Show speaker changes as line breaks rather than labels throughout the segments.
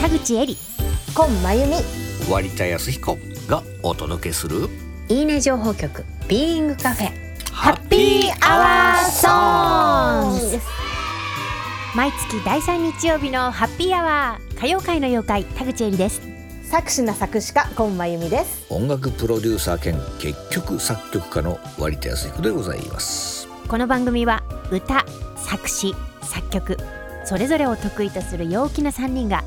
田口恵里今真由
割田康彦がお届けする
美いいね情報局ビーイングカフェ
ハ
ング毎月第3日曜日のハッピーアワー歌謡界の妖怪田口恵里です
作詞な作詞家今真由美です
音楽プロデューサー兼結局作曲家の割田康彦でございます
この番組は歌作詞作曲それぞれを得意とする陽気な3人が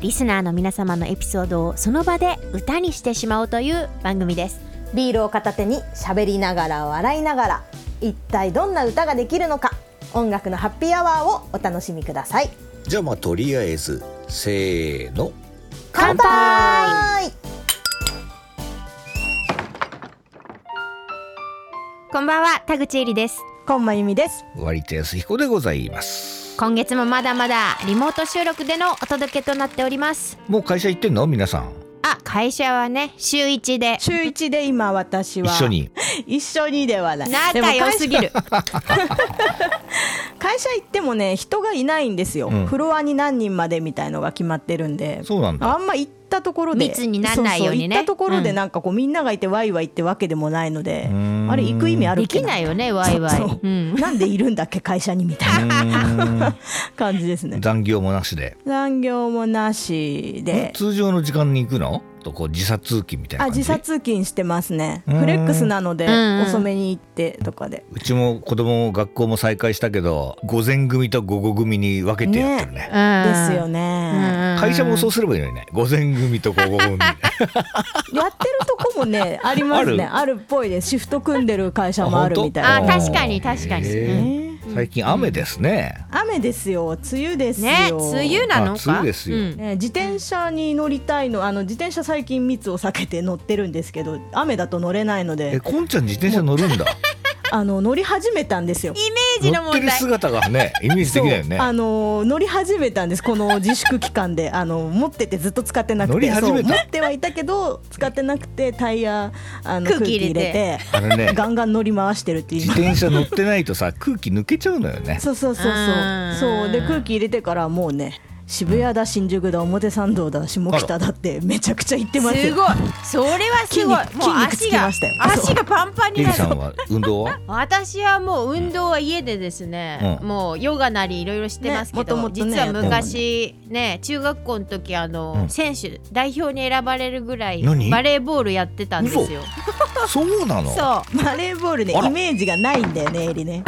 リスナーの皆様のエピソードをその場で歌にしてしまおうという番組です
ビールを片手に喋りながら笑いながら一体どんな歌ができるのか音楽のハッピーアワーをお楽しみください
じゃあまあとりあえずせーの
乾杯こんばんは田口恵里です
今真由美です
割田康彦でございます
今月もまだまだリモート収録でのお届けとなっております
もう会社行ってんの皆さん
あ会社はね週一で
中一で今私
一緒に
一緒にではな
仲良すぎる
会社行ってもね人がいないんですよ、
うん
フロアに何人までみたいのが決まってるんで
そうなんだ
あんま行ったところで
密にならないようにね
そそ行ったところで
うん
なんかこうみんながいてワイワイってわけでもないので、
うーん
あれ行く意味ある
で
っけ
きないよねワイワイ
そう
うん
なんでいるんだっけ会社にみた
う
いな
ー
感じですね
ん残業もなしで
残業もなしで
通常の時間に行くのとこう時差通勤みたいな
あ
感じ
時差通勤してますね
うん
フレックスなので
うんうん
遅めに行ってとかで
うちも子供も学校も再開したけど午前組と午後組に分けてやってるね
ですよ
ね
ね
会社もそううすればいいのにね午前組と午後組
やってるとこも ねありますね
ある
あるっぽいですシフト組んでる会社もあるみたい
あ
な
本確かに確かに
へ
当
ー
ね
最近雨ですね、
雨ですよ梅雨ですよ
ね梅雨なのか
あ梅雨ですよ
ん
ね自転車に乗りたいのあの自転車最近密を避けて乗ってるんですけど雨だと乗れないの
え
で
こんちゃん自転車乗る んだ
あの乗り始めたんですよ
イメージの
乗って
問
る
題
姿がねイメージできないよね
そうあのー乗り始めたんですこの自粛期間であのー持っててずっと使ってなくて
乗り始めた
そう持ってはいたけど使ってなくてタイヤあの
空
空
気
気
入
入
れ
れ
て
て
あれね
ガンガン乗り回してるっていう
自転車乗ってないとさ空気抜けちゃうのよね
そうそうそうそう
あー
そうで空気入れてからはもうね渋谷だ新宿だ表参道だ下北だってめちゃくちゃ行ってます
す
よ
ごいそれはすごい
筋
もう
肉筋
足
肉つき
が
ましたよ
足がパンパンに
エリ
な
さ
る
んは運動は
私はもう運動は家でですね、
うん
もうヨガなりいろいろしてますけど、
ねもともとね
実は昔ね中学校の時あの、
うん
選手代表に選ばれるぐらい
何
バレーボールやってたんですよ
そうなの
そう
バレーボールね
あら
イメージがないんだよねエリね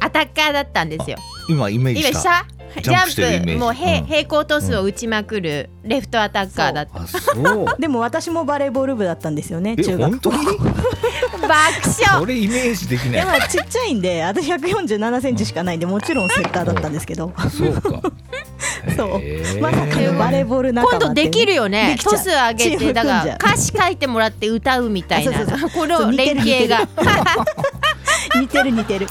アタッカーだったんですよ
今イメージ
今
した
下ジ
ジャンプしてる
ャン
イメー
プ
ジ
もうへ、
うん
平行トスを打ちまくるレフトアタッカーだった
あ そう
でも私もバレーボール部だったんですよね
え
中学
本当 に
爆笑
俺イメージでき
で
ない
もちっちゃいんで私147センチしかないんでもちろんセッターだったんですけど
そうか
そう
へー
まさかのバレーボール仲間
今
って
度できるよね
できちゃう
トス上げ
チーム組
て
んじ
だ
ゃう
から歌詞書いてもらって歌うみたいな
あそうそ
こ
うそ
の
う似てる
連携が
似 似てる似てる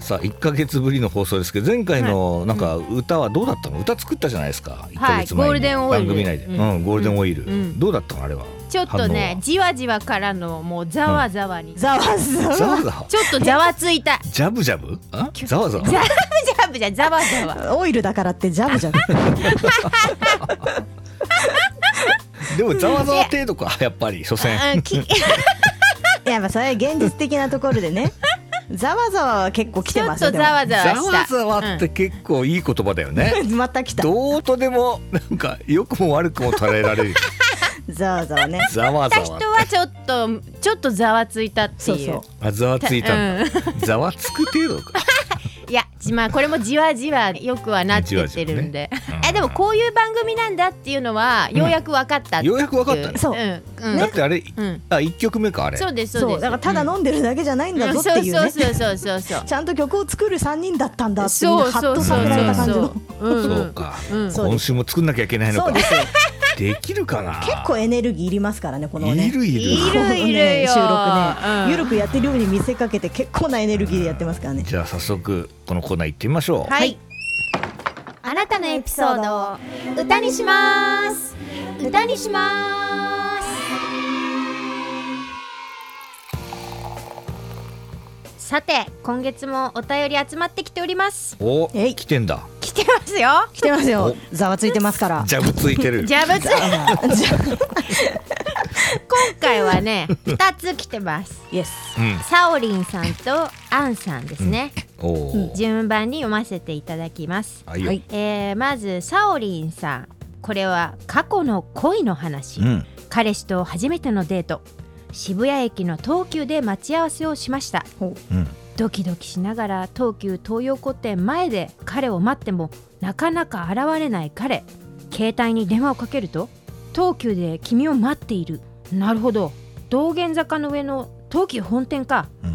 さあ1か月ぶりの放送ですけど前回のなんか歌はどうだったの、歌作ったじゃないですか1か月前
ゴ
に
ールデンオイル
番組内で、う
うん
んゴールデンオイル、
うん
どうだったのあれは
ちょっとねじわじわからのもうざわざわに、
ざわざ
反応
わ
はざわざわ
ちょっとざわついた
ジャブジャブあざわざわ
ざわざわじゃざわざわ
オイルだからってジャブジ ャブ
でもざわざわ程度かやっぱり所詮
うんきち
やっぱそれは現実的なところでねざわざわは結 構来て
ょ
ま
っ
すよ
とざわざわし
ざ
た
わざわって結構いい言葉だよね、
でも また来た
どうとでもなんか良くも悪くも捉えられ る
ざわざわね
ざわざ
来た人
わ
はちょっとちょっとざわついたって
そ
いうう
そ
あざわついたんだ、ざわつく程度か
いやまあこれもじわじわよくはなってってるんで
じわじわね
えでもこういう番組なんだっていうのはようやく分かったっていう、
ようやくわかったね
そうん
うん
だってあれ、
うん
あ1曲目かあれ
そうです
う
そう
そ
で
う
す
だからただ飲んでるだけじゃないんだぞ
う
っ
ん
ていうね
そうそうそうそうそう
ちゃんと曲を作る三人だったんだってみ
そ
んな
う
ハ
そ
ッ
う
と
そ
さ
う
せられた感じの
そう、うん
そうか、
うん
そうです
今週も作んなきゃいけないの
そう
か
ですよ
できるかな
結構エネルギーいりますからねこのね
いるいる
いるいるよ
収録ね、
うん
ゆるくやってるように見せかけて結構なエネルギーでやってますからね
じゃあ早速このコーナー行ってみましょう、
はい。あなたのエピソードを歌にします。歌にします。さて今月もお便り集まってきております
お
えい
来てんだ
来てまますよ
来てますよ
お
ざわついてますから
ジャブつい てる
ジャブつ今
じ ゃあ
回はね2つ来てます
イエス
うん
サオリンさんとアンさんですね、
おー
順番に読ませていただきます、
あいいよ
はい
えーまずサオリンさんこれは過去の恋の話、
うん
彼氏と初めてのデート渋谷駅の東急で待ち合わせをしました
うん
ドキドキしながら東急東洋古店前で彼を待ってもなかなか現れない彼携帯に電話をかけると「東急で君を待っている」なるほど道玄坂の上の東急本店か、
うん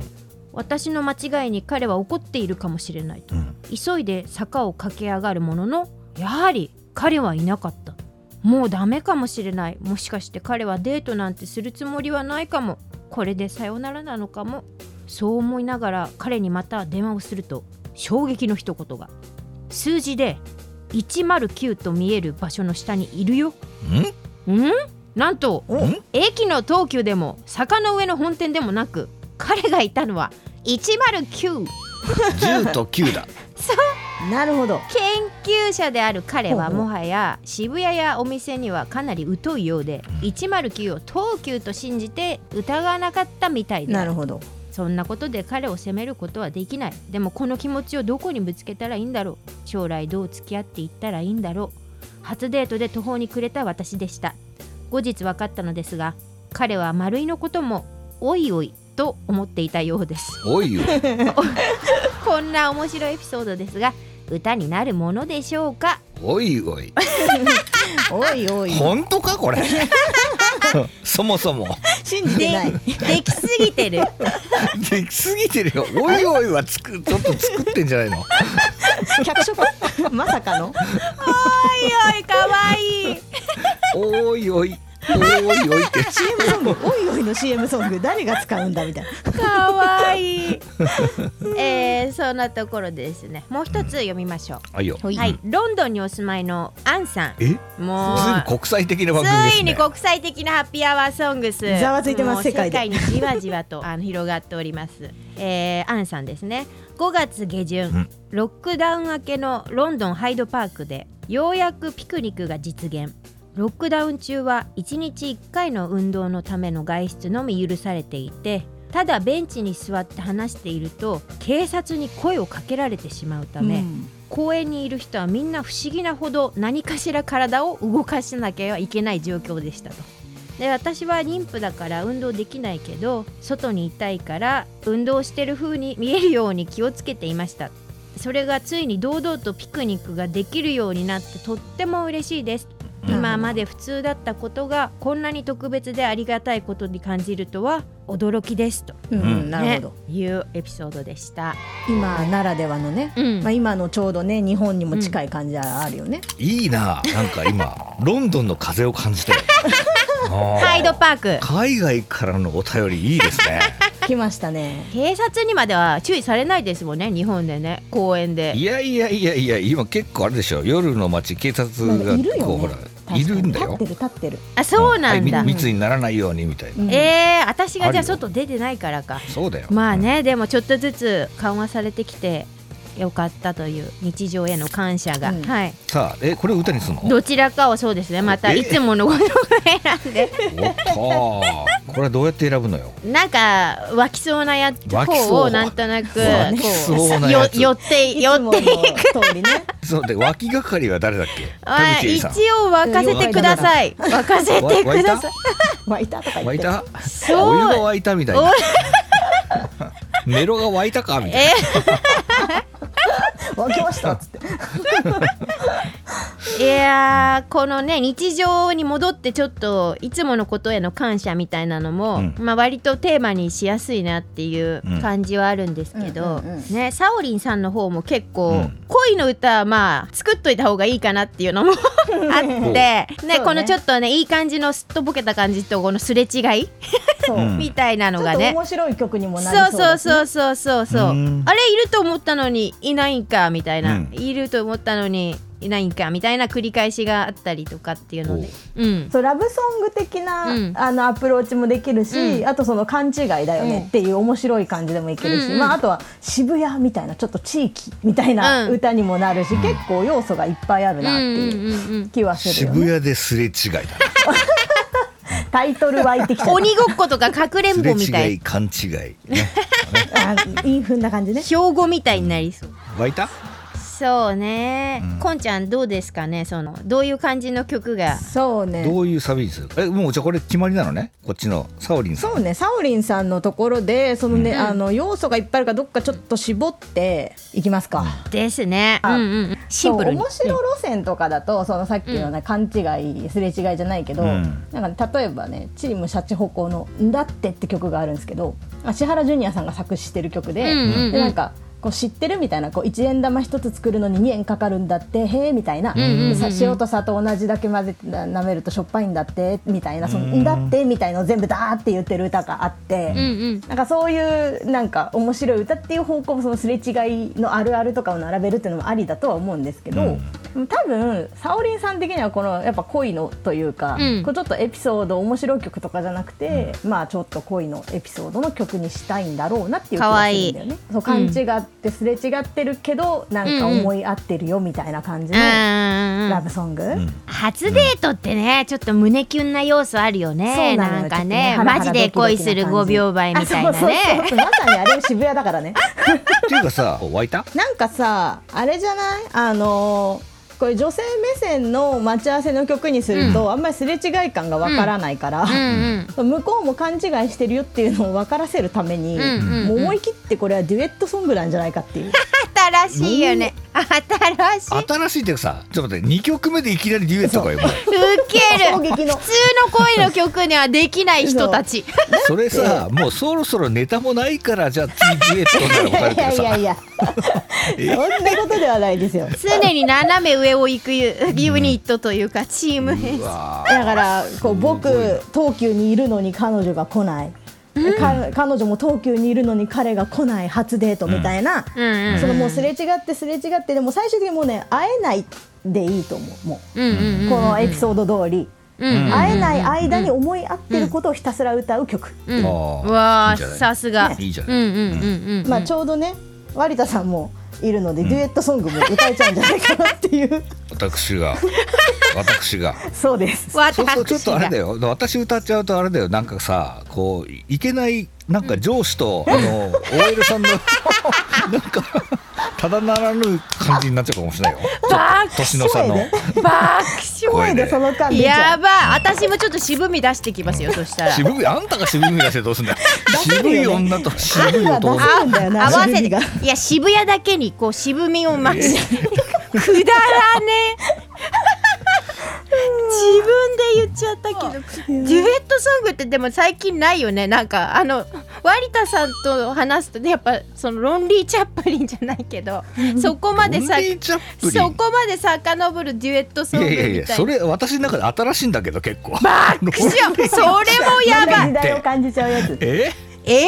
私の間違いに彼は怒っているかもしれないと
うん
急いで坂を駆け上がるもののやはり彼はいなかったもうダメかもしれないもしかして彼はデートなんてするつもりはないかもこれでさよならなのかもそう思いながら彼にまた電話をすると衝撃の一言が数字で109と見える場所の下にいるよ
うん
んなんと
ん
駅の東急でも坂の上の本店でもなく彼がいたのは109
10と9だ
なるほど
研究者である彼は
ほうほう
もはや渋谷やお店にはかなり疎いようで109を東急と信じて疑わなかったみたいで
な
あ
る
る
ほど
そんなことで彼を責めることはできないでもこの気持ちをどこにぶつけたらいいんだろう将来どう付き合っていったらいいんだろう初デートで途方に暮れた私でした後日分かったのですが彼は丸井のこともおいおいと思っていたようです
おいよ
こんな面白いエピソードですが歌になるものでしょうか
おいおい
おいおい
本当かこれ そもそも
信じ てない
できすぎてる
できすぎてるよおいおいはつくちょっと作ってんじゃないの
脚色 まさかの
おいおいかわいい
おいおいおいおいって
CM ソン グおいおいの CM ソング誰が使うんだみたいな
かわいいえー、そんなところでですねもう一つ読みましょう、
あいよ
はい
はいロンドンにお住まいのアンさん
えずい
も
ぶん
う
国際的な番組です
ついに
ね
国際的なハッピーアワーソングス
ざわついてます
もう
世界で
にじわじわとあの広がっております、えー、アンさんですね5月下旬、
うん
ロックダウン明けのロンドンハイドパークでようやくピクニックが実現ロックダウン中は1日1回の運動のための外出のみ許されていてただベンチに座って話していると警察に声をかけられてしまうため、公園にいる人はみんな不思議なほど何かしら体を動かしなきゃいけない状況でしたと。で私は妊婦だから運動できないけど外にいたいから運動してる風に見えるように気をつけていましたそれがついに堂々とピクニックができるようになってとっても嬉しいです今まで普通だったことがこんなに特別でありがたいことに感じるとは驚きですと、
うん
うん
なるほど、
ねいうエピソードでした、
今ならではのね、
うん
まあ、今のちょうどね日本にも近い感じはあるよね、
いいななんか今ロンドンの風を感じて
ハイドパーク
海外からのお便りいいですね
来ましたね
警察にまでは注意されないですもんね日本でね公園で
いやいやいやいや今結構あれでしょ夜の街警察
ま
が
あいるよね
こうほらいるんだよ
立ってる立ってる
あそうなん
は
だ、
いみ密にならないようにみたいな、
うん
えー、私がじゃ
あ
あ
るよ
外出てないからか
そうだよ
まあねでもちょっとずつ緩和されてきてよかったという日常への感謝が、
うん
はい
さあえこれ歌にするの
どちらかをそうですねまた
え
いつものことを選ん で
おっとーこれはどうやって選ぶのよ
なんか湧きそうなやつ
湧きそう
方をなんとなく
湧きそうなやつ
こうよ寄って寄って
いつもの通りね
そうで脇係は誰だっけ
あ
田口
一
さん
応沸かせてください沸かせて
わ
ください
湧いたとか言
湧
っ
い
て
たお湯
そう
が沸いたみたいなメロが沸いたかみたい
え
湧きました っつって
いやーこのね日常に戻ってちょっといつものことへの感謝みたいなのも、
うん
まあ、割とテーマにしやすいなっていう
うん
感じはあるんですけど、
うんうんうん
ねサオリンさんの方も結構、
うん
恋の歌はまあ作っといた方がいいかなっていうのも あって、
う
ね
ね
このちょっとねいい感じのすっとぼけた感じとこのすれ違い、
そう、
うん
みたいなの
ちょっ
が
と
ね。
面白い曲にもなり
そう
そう
そう
だしね
そうそうそうそう
うん
あれいると思ったのにいないんかみたいな、
うん
いると思ったのにいないんかみたいな繰り返しがあったりとかっていうので、うん、
そうラブソング的な、
うん
あのアプローチもできるし、
うん
あとその勘違いだよねっていう面白い感じでもいけるし、
うんうん
まあ、あとは渋谷みたいなちょっと地域みたいな
うん
歌にもなるし、結構要素がいっぱいある
う
なっ
んう
て
ん
いう
うんうん
気はするよね、
渋谷ですれ違いだ ね
タイトル湧いてきちゃっ
鬼ごっことかかくれん
す
ぼ
れ
みた
違
い
い勘違いね
たあいいふんな感じね
標語みたいになりそう
湧いた
そうね、
うん
こんちゃんどうですかねそのどういう感じの曲が
そうね
どういうサビにするえもうじゃあこれ決まりなのねこっちのサオリンさん
そうね、サオリンさんのところでその、ねあの要素がいっぱいあるからどっかちょっと絞っていきますか、
ですねうんうんうんシンプルに
そう面白路線とかだと、そのさっきの、ね勘違いすれ違いじゃないけど、
うん
なんかね、例えばねチームシャチホコの「んだって」って曲があるんですけど芦原ジュニアさんが作詞してる曲で,、
うんうんうん
でなんかこう知ってるみたいなこう1円玉1つ作るのに2円かかるんだってへえみたいな、でさ塩と砂糖同じだけ混ぜてな舐めるとしょっぱいんだってみたいな「そのんだって」みたいのを全部だーって言ってる歌があっ
う
て。
んうん
なんかそういうなんか面白い歌っていう方向もそのすれ違いのあるあるとかを並べるっていうのもありだとは思うんですけど、多分サオリンさん的にはこのやっぱ恋のというか、
うん
こうちょっとエピソード面白い曲とかじゃなくて、まあちょっと恋のエピソードの曲にしたいんだろうなっていう気
かわ
がす
い
る
い
んだよね。そう勘違ってすれ違ってるけど、なんか思い合ってるよみたいな感じの
うん
ラブソング。
初デートってねちょっと胸キュンな要素あるよね
のよ
なんかね
ちょっと
マジで恋する5秒前みたいな
あそうそうそう
ね
そうまさにあれ渋谷だからね。
っていうか さ湧いた
なんかさあれじゃないあのーこれ女性目線の待ち合わせの曲にすると、あんまりすれ違い感がわからないから、
うん
向こうも勘違いしてるよっていうのを分からせるため
う
に、
んうんうん
もう思い切ってこれはデュエットソングなんじゃないかっていう
新しいよね新しい
新しいっていうかさちょっと待って二曲目でいきなりデュエット かよもう
ウケ
衝
る
撃の
普通の恋の曲にはできない人たち
それさもうそろそろネタもないからじゃあ次デュエットなら
い
分か
や
る
い
けど
やいやい
さ
やそんなことではないですよ
常に斜め上を行くユユニットというかチーム編
う
成
わ
だからこう
すごい
僕東急にいるのに彼女が来ない、か彼女も東急にいるのに彼が来ない初デートみたいな、
うんうん
そのもうすれ違ってすれ違ってでも最終的にもうね会えないでいいと思うも
うんうん
うこのエピソード通り、
うん
会えない間に思い合ってることをひたすら歌う曲、
うん
あー
わ
いい
あ
んじゃない
さすが
いいじゃ
う
なんい、
うんうんうん
まあ、ちょうどね割田さんもいるので、デュエットソングも歌えちゃうんじゃないかなっていう
私が私が
そうです
そうするとちょっ
私
とあれ
が
だよ私歌っちゃうとあれだよなんかさこういけないなんか上司と、あの OL さんの なんかただならぬ感じになっちゃうかもしれないよ
爆
年の差の
声
爆笑
声でその間出ちゃ
や
う
ば私もちょっと渋み出してきますよそしたら
渋いあんたが渋い目出してどうすんだよ
せる
渋
よね
い女と渋い
あ
男
出せるんだよな
合わせて
渋みが
いや渋谷だけにこう渋みを増し くだらねえ自分で言っちゃったけどデュエットソングってでも最近ないよねなんかあの割田さんと話すとねやっぱそのロンリー・チャップリンじゃないけどそこまでさ
ロンリーチャップリン
そこまで遡るデュエットソ
い
ング
や
み
い
たい
やい
な
やそれ私の中で新しいんだけど結構
爆笑それもやばい
時代を感じちゃうやつ
え
え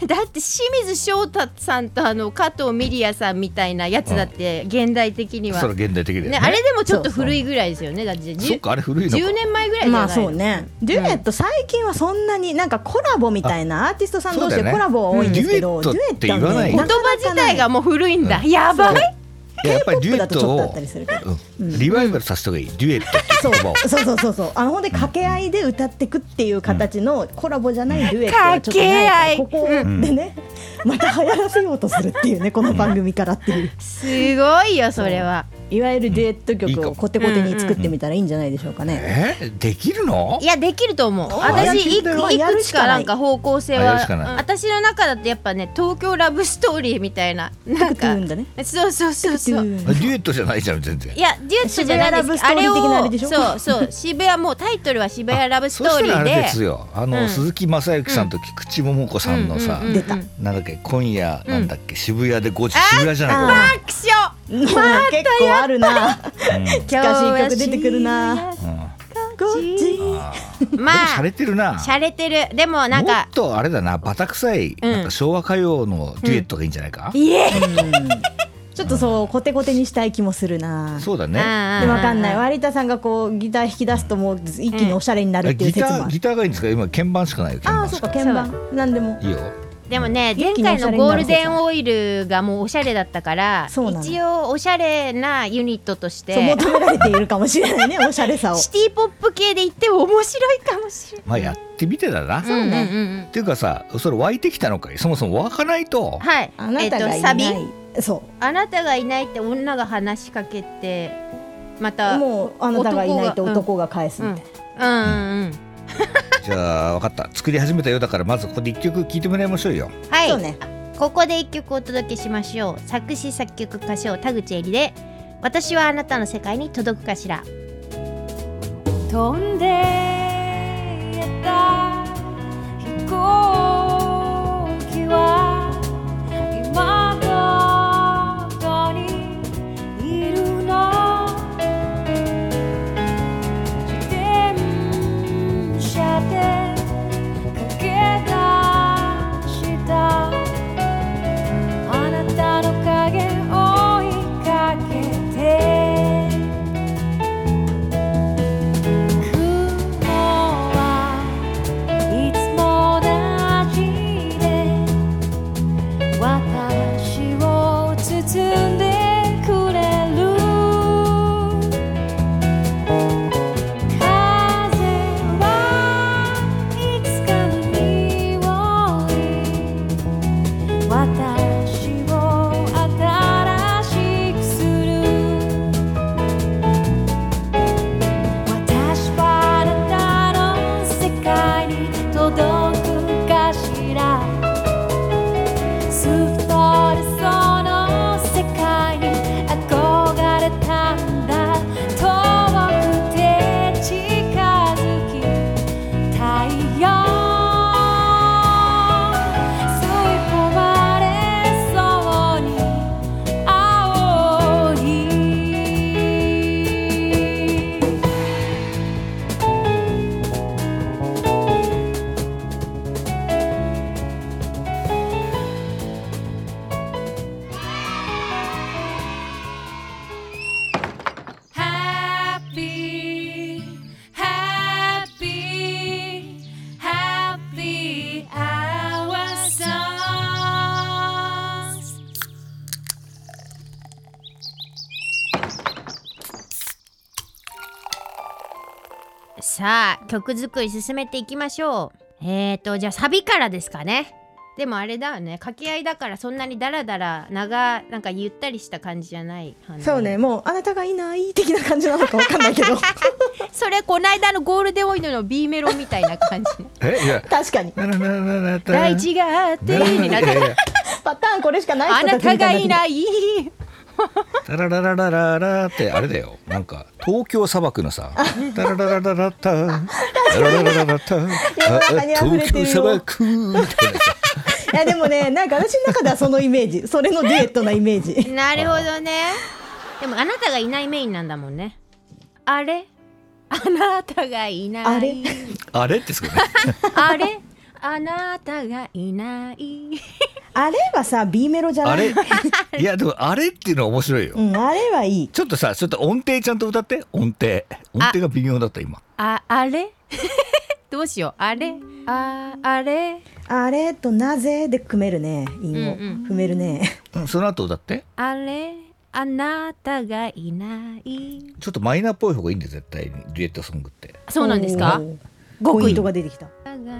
ー、だって清水翔太さんとあの加藤ミリヤさんみたいなやつだって現代的には、
それ現代的だよ
ね
ね
あれでもちょっと古いぐらいですよねだって
そっかあれ古いの
10
か
年前ぐらいじゃない
まあそうねデュエット最近はそんなになんかコラボみたいなアーティストさん同士
そうだよ
で
ね
コラボは多いんですけど、
うんデュエットって言わない
言
よ
デュエットはね
葉自体がもう古いんだ、やばい
いややっぱりデュ
K-POP
エッ
だ とち
ト
ょっとあ
を
ったりするけど
うんリバイバルさせた方がいいデュエットって
そう
言葉を
そうそうそうそうあの本当に掛け合いで歌ってくっていう形のコラボじゃないデュエットはちょっとないからここでね、また流行らせようとするっていうねこの番組からっていう
すごいよそれは。
いわゆるデュエット
いい
曲
か
を
も
コテコテに作ってみたらいいんじゃないでしょうかね。
えできるの
いやできると思う
や
私
る
い
し
い
かない
や
く
る
つ
し
か
か
な
なんい
か方向性
や
は
るしかない
私の中だってやっぱね東京ラブストーリーみたいななん
トゥ
か
ーンだね
そうそうそうそう
デュエットじゃないじゃん全然
いやデュエットじゃないです
渋谷ラブストーリー的なあれでしょ
そうそう 渋谷もうタイトルは渋谷ラブスト
そ
ー
し
リ
たら
ー
あ
で
れですよあの、
うん
鈴木雅之さんと菊池桃子さんのさ、
うんうん
出
う
た
ん
なんだっけ今夜なんだっけ、渋谷で5時渋谷じゃない
爆笑
うん 結構あるな。懐かしい曲出てくるな。
これ、うん、
ゴジ
ま
でも
あ
洒落てるな
洒落てるでもなん
もっ
か
とあれだなバタ臭い、
うん
なんか昭和歌謡のデュエットがいいんじゃないか、
いえ
ちょっとそうコテコテにしたい気もするな
そうだね
あー
でわかんない有田さんがこうギター弾き出すともう一気におしゃれになるっていう
ギタ
説もあ
ー
る
ギターがいいんですか今鍵盤しかないよ鍵
ああ
盤
ーそう
し
か
か
鍵盤なんでも
いいよ
でもね前
一気に
回
おしゃ
の
れになる
ゴールデンオイルがもうおしゃれだったから
そうなの
一応おしゃれなユニットとし
そう
て
求められているかもしれないねおしゃれさを
シティポップ系で言っても面白いかもしれない。
まあやってみてだな、
ん
ね
んうんうん
っていうかさそれ湧いてきたのかいそもそも湧かないと、
はい。
あなたが
えっ
い
とサビ
ない、そ
あなたがいないって女が話しかけてま
う
た
もうあなたがいないと
男が
男が返すみたいな、
うんうんうん
じゃあ分かった作り始めたようだからまずここで一曲聴いてもらいましょうよ
はい。
そうね
ここで一曲お届けしましょう。作詞作曲歌唱田口絵里で私はあなたの世界に届くかしら。
飛んで行った飛行機は今どこにいるの自転車で駆け出したあなたの影追いかけて雲はいつも同じで私を包んでくれる風はいつかの匂い私を新しくする私はあなたの世界に届くかしらスープとるその世界に憧れたんだ遠くて近づきたいよ吸い込まれそうに青いハッピーハッピーハッピーアワーソング
さあ曲作り進めていきましょう。えーとじゃあサビからですかね。でもあれだよね掛け合いだからそんなにダラダラ長なんかゆったりした感じじゃない感じ
そうねもうあなたがいない的な感じなのかわかんないけど
それこないだのゴールデンオイルの B メロみたいな感じ
えいや
確かに
ななななな
大地があって になっ
いやい
て
や
パターンこれしかない
あ
人
な
たちみ
たが
た
い
いな
ない
タララララララってあれだよなんか東京砂漠のさタラララララタタラララララタあ
中に溢れ
東
てるよ
京砂漠みたいない
やでもねなんか私の中ではそのイメージそれのデュエットなイメージ
なるほどねでもあなたがいないメインなんだもんねあれあなたがいない
あれ
あれってすごいね
あれあなたがいない
あれはさ B メロじゃ
あ
ない
れいやでもあれっていうのは面白いよ
うん、あれはいい
ちょっとさちょっと音程ちゃんと歌って音程音程が微妙だった今
ああれどうしようあれああれ
あれとなぜで組めるね韻を、
うんうん
踏めるね
うんその後歌って
あれあなたがいない
ちょっとマイナーっぽい方がいいんだよ絶対にデュエットソングって
そうなんですか
ごポイントが出てきた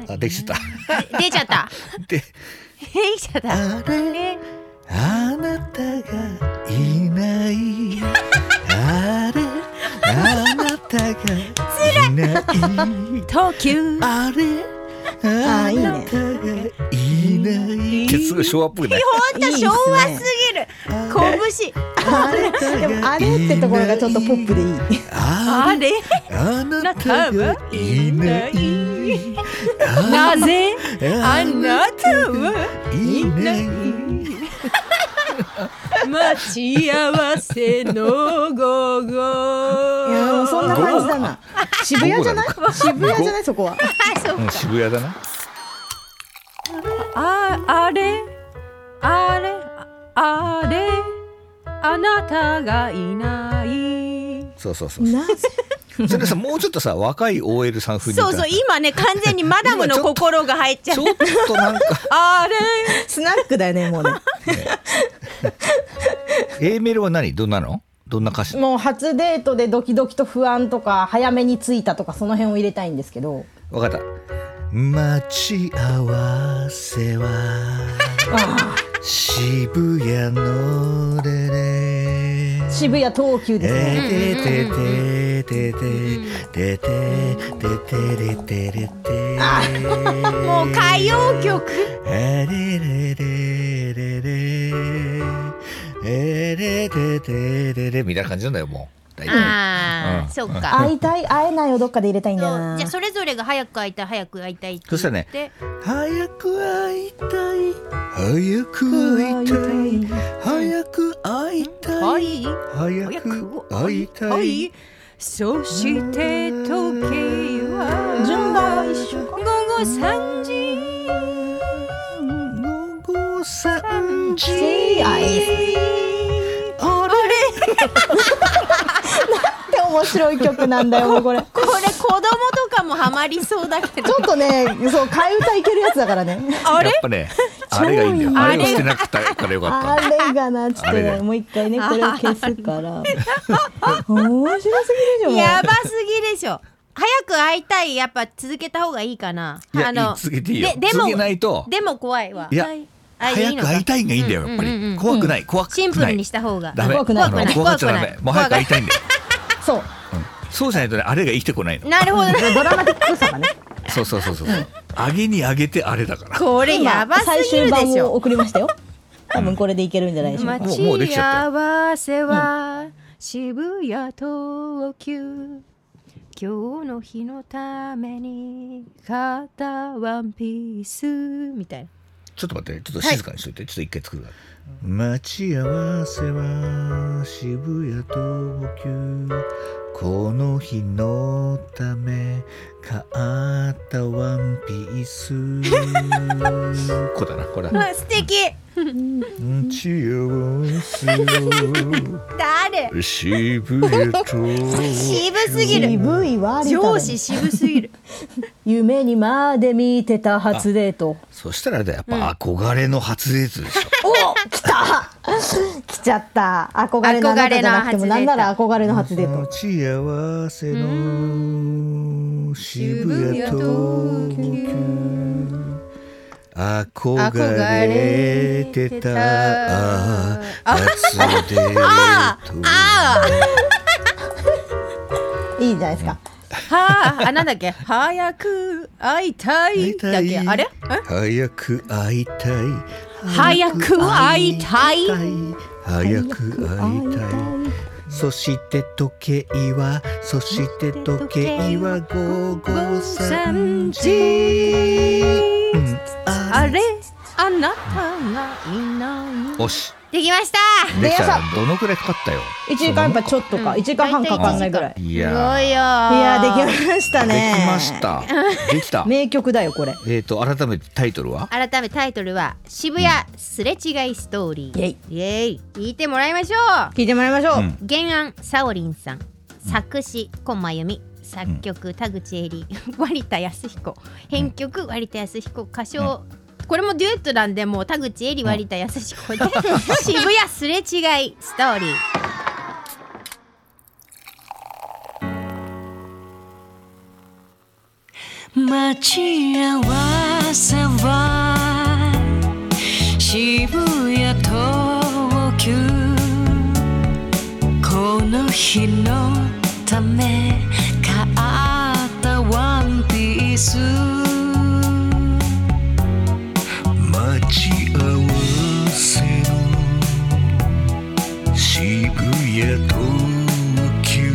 あできちゃっ
出ちゃ った
たで
出ちゃった
あれあなたがいないあれあなたがいない
東急
あれ
あーいいね
がいないってすごい昭和っぽいね
ほんと昭和すぎる拳
あれでもあれってところがちょっとポップでいい
あ
あ
れ
れあなたがいない
なぜ
あ
あなたは
ないない
待ち合わせの午
いやもうそんな
後
感じだな渋谷じゃない
午後なのか
渋谷じゃないそこは
うん渋谷だな
ああれあれあれ
あなたがいない
そうそうそう
なぜ
それさもうちょっとさ若い OL さん風に
そうそう今ね完全にマダムの心が入っちゃ
ち
う
ょっとなんか
あれ
スナックだよねもうね
A メロは何どんなのどんな歌詞
もう初デートでドキドキと不安とか早めに着いたとかその辺を入れたいんですけど
わかった待ち合わせは
あ
渋谷のでね
あ渋谷東急ですね、
えーてててててててててててて
もう歌謡曲
えれれれれれえれれれれれみたいな感じなんだよもう大体
あ
うん
あそっか
会いたい会えないをどっかで入れたいんだよ
そう
な
じゃあそれぞれが早く会いたい早く会いたいって
そしたらね
言って
早く会いたい早く会いたい早く会いたい
はい
早
早
く
く
会
会
い
い
た
た
い
いそして時は
順番は一緒
午後3時
午後3時
あいいですね
あれ
って面白い曲なんだよもうこれち
これ子供とかもハマりそうだけど
ょっとねそう替え歌いけるやつだからね
あ
や
れ
っぱねあれがいいんだよ
超いい
あれをしてなくたからよかった
あれがなちょっと
あれ
ね
が
もう一回ねこれを消すから面白すぎるじゃんもう
やばすぎでしょ早く会いたいやっぱ続けた方がいいかない
や
あの
いい続けていいよ
ででも
続けないと
でも怖いわ
いや
はいあ
早
の
く
か
会いたいがいいんだよやっぱ
うんうんう
り
ん
怖くない怖くない
シンプルにした方が
ダメ
怖くない
あの
怖くない
怖がっちゃダ
怖く
メ
ない
もう早く会いたいんだよ
そう
そうじゃないとねあれが生きてこないの
なるほどな
ドラマティックさがね
そうそうそうそう上げに上げてあれだから
これやばす
最
ぎ
終
るで
版
し
を
ょ
送りましたよ多分これでいけるんじゃないでしょうか
待
もうもうでき
ち
ちゃ
合わせは渋谷東急今日の日のために買ったワンピースみたいな
ちょっと待って、ちょっと静かにしといて、ちょっと一回作るから。待ち合わせは渋谷東急この日のため買ったワンピース こうだなこれだ
あ素敵
待ち合わせは
誰
渋谷 東急
渋すぎる
渋いわ
上司渋すぎる
夢にまで見てた初デート
そしたらあれだよやっぱ憧れの初デートでしょ、
お来た来ちゃった憧れのあなたじゃなくても
憧れの初デート
なんなら憧れの初デート
待ち合わせの渋谷東急憧れてた初デート
あ
いいじゃないですか
あはああなんだっけ早く会いたいだっけあれん
早く会いたい
早く会いたい
早く会いたいそして時計はそして時計は午後3時うん
あれあなたがいない
よし
できました
できたら
で
どのくらいかかったよ
1時間やっぱちょっとか
うん
1時間半かかんないぐらい
い
すごいよ
やー
いや
や
ーできました
で
ね
きましたでき た
名曲だよこれ
えっと改めてタイトルは
改めタイトルは「渋谷すれ違いストーリー」
イエイ
イエイ聞いてもらいましょ
聞いてもらいましょう、
うん
う原案サオリンさん作詞コンマ由美作曲田口恵 里割田康彦編曲割田康彦歌唱これもデュエットなんでもう田口恵里割田康彦 で渋谷すれ違いストーリー
待ち合わせは渋谷東急この日のため買ったワンピース
待ち合わせの渋谷東急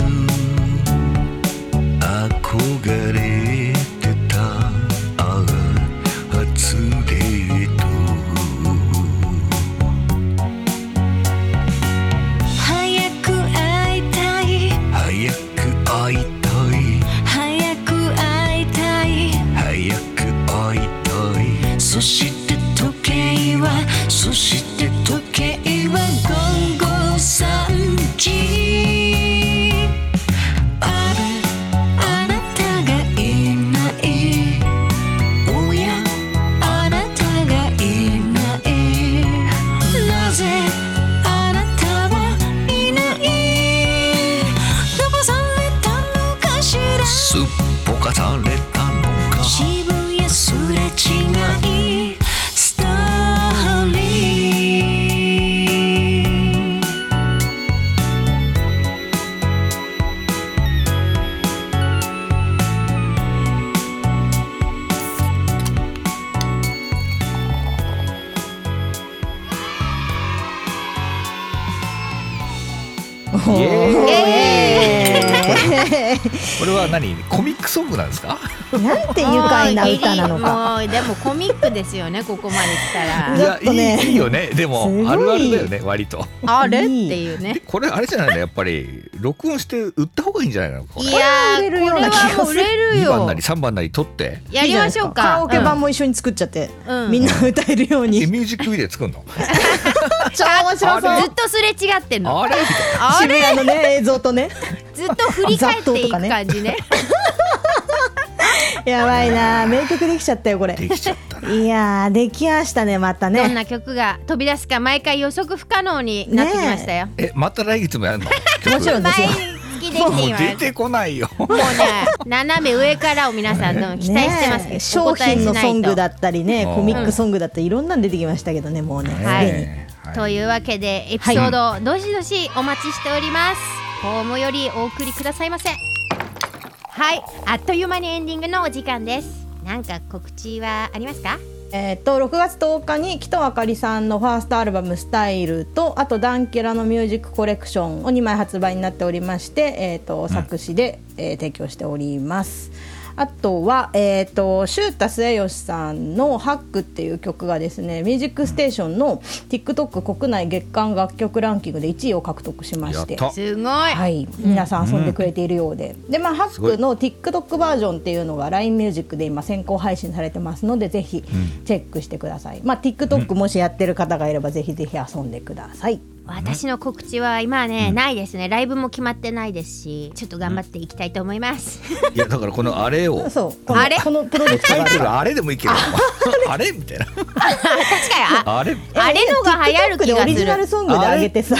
憧れてたああ初デート
早く会いたい
早く会いたい
早く会いたい
早く会いたい
そして時計はそして時計は午後3
イエーイ
え
これは何コミックソングなんですか
ー、 なんて愉快な歌なのか。
もうでもコミックですよねここまで来た
い
ら
や
ちょっとね
いいいいよねでも
すごい
あるあるだよね割と
あれっていうね
これあれじゃないのやっぱり録音して売った方がいいんじゃないのこ
い
れ
やーこ
これは売れるよう
れ
な気がする
は売れる
2番な
よ
り3番なり撮って
やりましょう
カ
か
ラオケ版も一緒に作っちゃって、
うんうん
みんな歌えるように。
えミュージックビデオ作るの
超面白そう。
ずっとすれ違ってんの
あれみたいな
あ
渋谷のね映像とね。
ずっと振り返っていく感じね
やばいな名曲できちゃったよこれ。
できちゃったない
やーできましたねまた
どん
ね。
な曲が飛び出すか毎回予測不可能になってきましたよ、
えまた来月もやるの
もちろんで
毎
すよ。
月できて
も
いうま
出
す
てこないよ
もうね斜め上からを皆さんの期待してます、
ねえ商品のソングだ
っ
ったりね
うん
コミックソングだったりいろんなん出てきましたけどねもうね。
はい
すでに
ねは
というわけでエピソードをどしどしお待ちしております、ホームよりお送りくださいませはいあっという間にエンディングのお時間ですなんか告知はありますか
えーっと6月10日に木戸あかりさんのファーストアルバム「スタイルとあと「ダンケラ」のミュージックコレクションを2枚発売になっておりまして、えーっと作詞で、えー提供しております。あとは、えー、とシュータ末吉さんの「ハックっていう曲がですね「ミュージックステーション」の TikTok 国内月間楽曲ランキングで1位を獲得しま
やっ
して
た
すごい、
はい、皆さん遊んでくれているようで、でまあハッ
ごい
クの TikTok バージョンっていうのが LINE ミュージックで今先行配信されてますのでぜひチェックしてください、まあ TikTok もしやってる方がいればぜひぜひ遊んでください、
私の告知は今はね、ないですねライブも決まってないですしちょっと頑張っていきたいと思います、
いやだからこのあれを
そうこの
あれ
このプロジェクト
タ
があ
イ
る
トルあれでもいいけどあれみたいな
確かにあ
あれ
あれのが流行る
TikTok
気
でオ
が
リジナル
する
ソングで上げてさ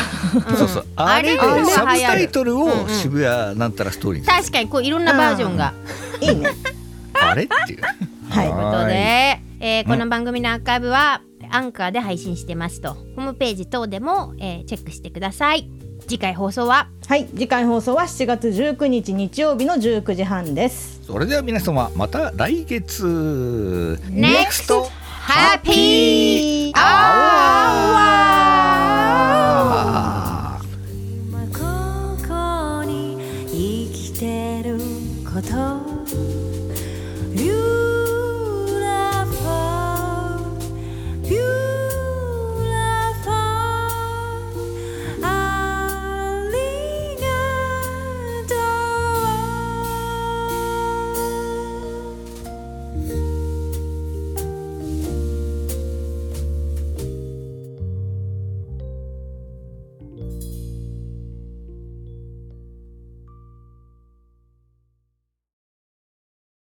そうそうあれ
あれの
で
が
サブ
流行る
タイトル
うんう
を
ん
渋谷なんたらストーリーにする
確かにこういろんなバージョンが
いいね
あれっていう
は
というこ
い
とで、
は
えーこの番組のアーカイブはアンカーで配信してますとホームページ等でも、えーチェックしてください次回放送は
はい次回放送は7月19日日曜日の19時半です
それでは皆様また来月
NEXT Happy
あー
今ここに生きてること